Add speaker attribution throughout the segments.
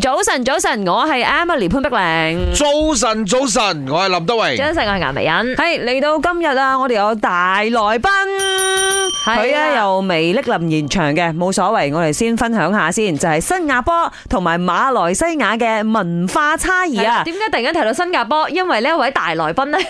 Speaker 1: 早晨，早晨，我係 Emily 潘碧玲。
Speaker 2: 早晨，早晨，我系林德荣。
Speaker 3: 早晨，我係顏美欣。
Speaker 1: 係嚟到今日啊，我哋有大來賓，
Speaker 3: 係啊
Speaker 1: 佢咧又未歷臨現場嘅，冇所謂，我哋先分享下先，就係新加坡同埋馬來西亞嘅文化差異
Speaker 3: 係啦
Speaker 1: 啊，
Speaker 3: 點解突然間提到新加坡？因為呢一位大來賓咧，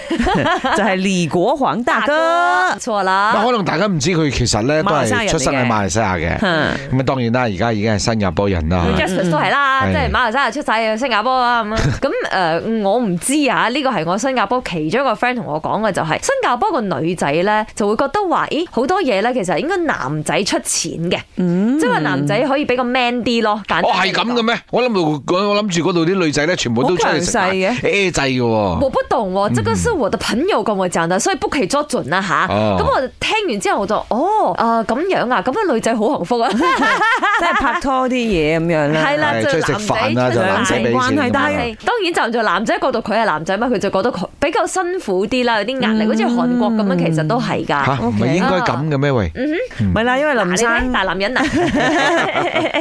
Speaker 1: 就係李國煌 大哥
Speaker 3: 唔。錯啦
Speaker 2: 嗱，。可能大家唔知佢其實咧都
Speaker 1: 馬來西亞人
Speaker 2: 係出生喺馬來西亞嘅，
Speaker 1: 哼
Speaker 2: 咁啊當然啦，而家已經係新加坡人啦。
Speaker 3: j a s p e r 都係啦，
Speaker 2: 係
Speaker 3: 即係馬來西亞出世，新加坡啊咁樣。 咁誒，我唔知啊，呢個係我新加坡其中一個 friend 同我講嘅，就係新加坡個女仔咧就會覺得話，咦好多嘢咧其實應該男仔出錢嘅，即係話男仔可以比較 man 啲咯。簡單
Speaker 2: 哦，
Speaker 3: 啲
Speaker 2: 係咁嘅
Speaker 3: 講
Speaker 2: 咩？我諗到，我我諗住嗰度啲女仔咧，全部都出去食
Speaker 1: 好
Speaker 2: 飯
Speaker 1: 強勢嘅
Speaker 2: A 制嘅
Speaker 3: 我
Speaker 2: 喎。
Speaker 3: 不懂
Speaker 2: 嗯
Speaker 3: 喎，這個是我的朋友跟我講的，所以不可以作準啦吓，
Speaker 2: 哦
Speaker 3: 咁我聽完之後我就哦，啊咁樣啊，咁啊女仔好幸 福啊，
Speaker 1: 即係拍拖啲嘢咁樣啦。
Speaker 3: 係啦，
Speaker 2: 係
Speaker 3: 就
Speaker 2: 出去食
Speaker 3: 係
Speaker 2: 飯啦，
Speaker 3: 男
Speaker 2: 就
Speaker 3: 仔
Speaker 2: 男
Speaker 3: 出
Speaker 2: 仔
Speaker 3: 去
Speaker 2: 俾
Speaker 1: 關
Speaker 2: 錢
Speaker 1: 係
Speaker 2: 咁
Speaker 1: 但
Speaker 3: 但
Speaker 2: 樣
Speaker 1: 係
Speaker 3: 係當然站在男仔角度，佢係男仔嘛，佢就覺得佢比較辛苦啲啦，有啲壓力，好似韓國咁樣，其實都係㗎。
Speaker 2: 嗯嚇，唔
Speaker 1: 啊 OK 啊
Speaker 2: 係應該咁嘅咩？喂，
Speaker 1: 咪啦，因為林
Speaker 3: 嗱你
Speaker 1: 生
Speaker 3: 睇。大男 人啊，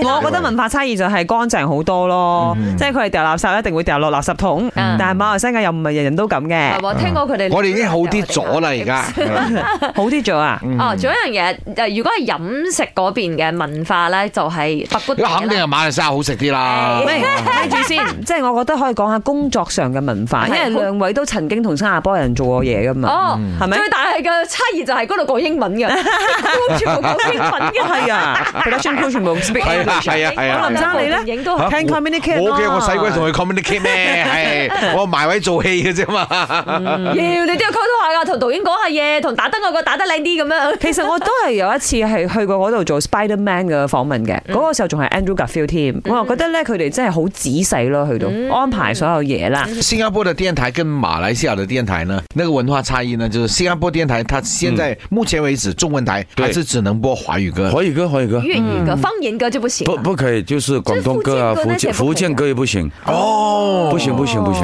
Speaker 1: 我覺得文化差異就係乾淨好多咯，即係佢係掉垃圾一定會掉落垃圾桶，
Speaker 3: 嗯
Speaker 1: 但係馬來西亞又唔係人人都咁嘅
Speaker 3: 係，喎聽過佢哋，
Speaker 2: 我哋已經好啲咗啦，而家。 嗯
Speaker 1: 好啲咗啊！
Speaker 3: 哦，仲有一樣嘢，如果係飲食嗰邊嘅文化咧，就係白骨地啦
Speaker 2: 咁肯定係馬來西亞好食啲啦。
Speaker 1: 喂，咪住先，即係我覺得可以講下工作上嘅文化，
Speaker 3: 係
Speaker 1: 因為兩位都曾經同新加坡人做過嘢噶啊嘛，
Speaker 3: 哦，
Speaker 1: 係
Speaker 2: 嗯
Speaker 1: 咪？
Speaker 3: 最大嘅差異就係嗰度講英文嘅， 啲全部講英文嘅。
Speaker 1: 係啊，production crew 全部 speak
Speaker 2: 係啊
Speaker 1: English，
Speaker 2: 係啊係啊
Speaker 1: 林生你咧
Speaker 3: 影都
Speaker 2: 嚇
Speaker 3: 係
Speaker 1: 聽 communicate
Speaker 2: 我嘅
Speaker 1: 咯
Speaker 2: 我使鬼同佢 communicate 咩？係我埋位做戲嘅啫嘛。
Speaker 3: 要你都要溝通下㗎，同導演講下嘢，同打燈嗰個打得靚啲咁樣。
Speaker 2: 嗯
Speaker 1: 其實我都係有一次係去過嗰度做 Spiderman 嘅訪問嘅，嗰、個時候仲係 Andrew Garfield 添，我又覺得咧佢哋真係好仔細咯，去到安排所有嘢啦。
Speaker 2: 新加坡的电台跟马来西亚的电台呢，那个文化差异呢，就是新加坡电台它现在目前为止中文台
Speaker 4: 对
Speaker 2: 还是只能播华语歌。
Speaker 4: 可以歌，可以歌，
Speaker 3: 粵語嘅方言嘅就不行啊。
Speaker 4: 不不可以，就是广东歌啊，
Speaker 3: 就是
Speaker 4: 福
Speaker 3: 福建歌那些不可以
Speaker 4: 建福建歌也不行，哦，不行不行不行。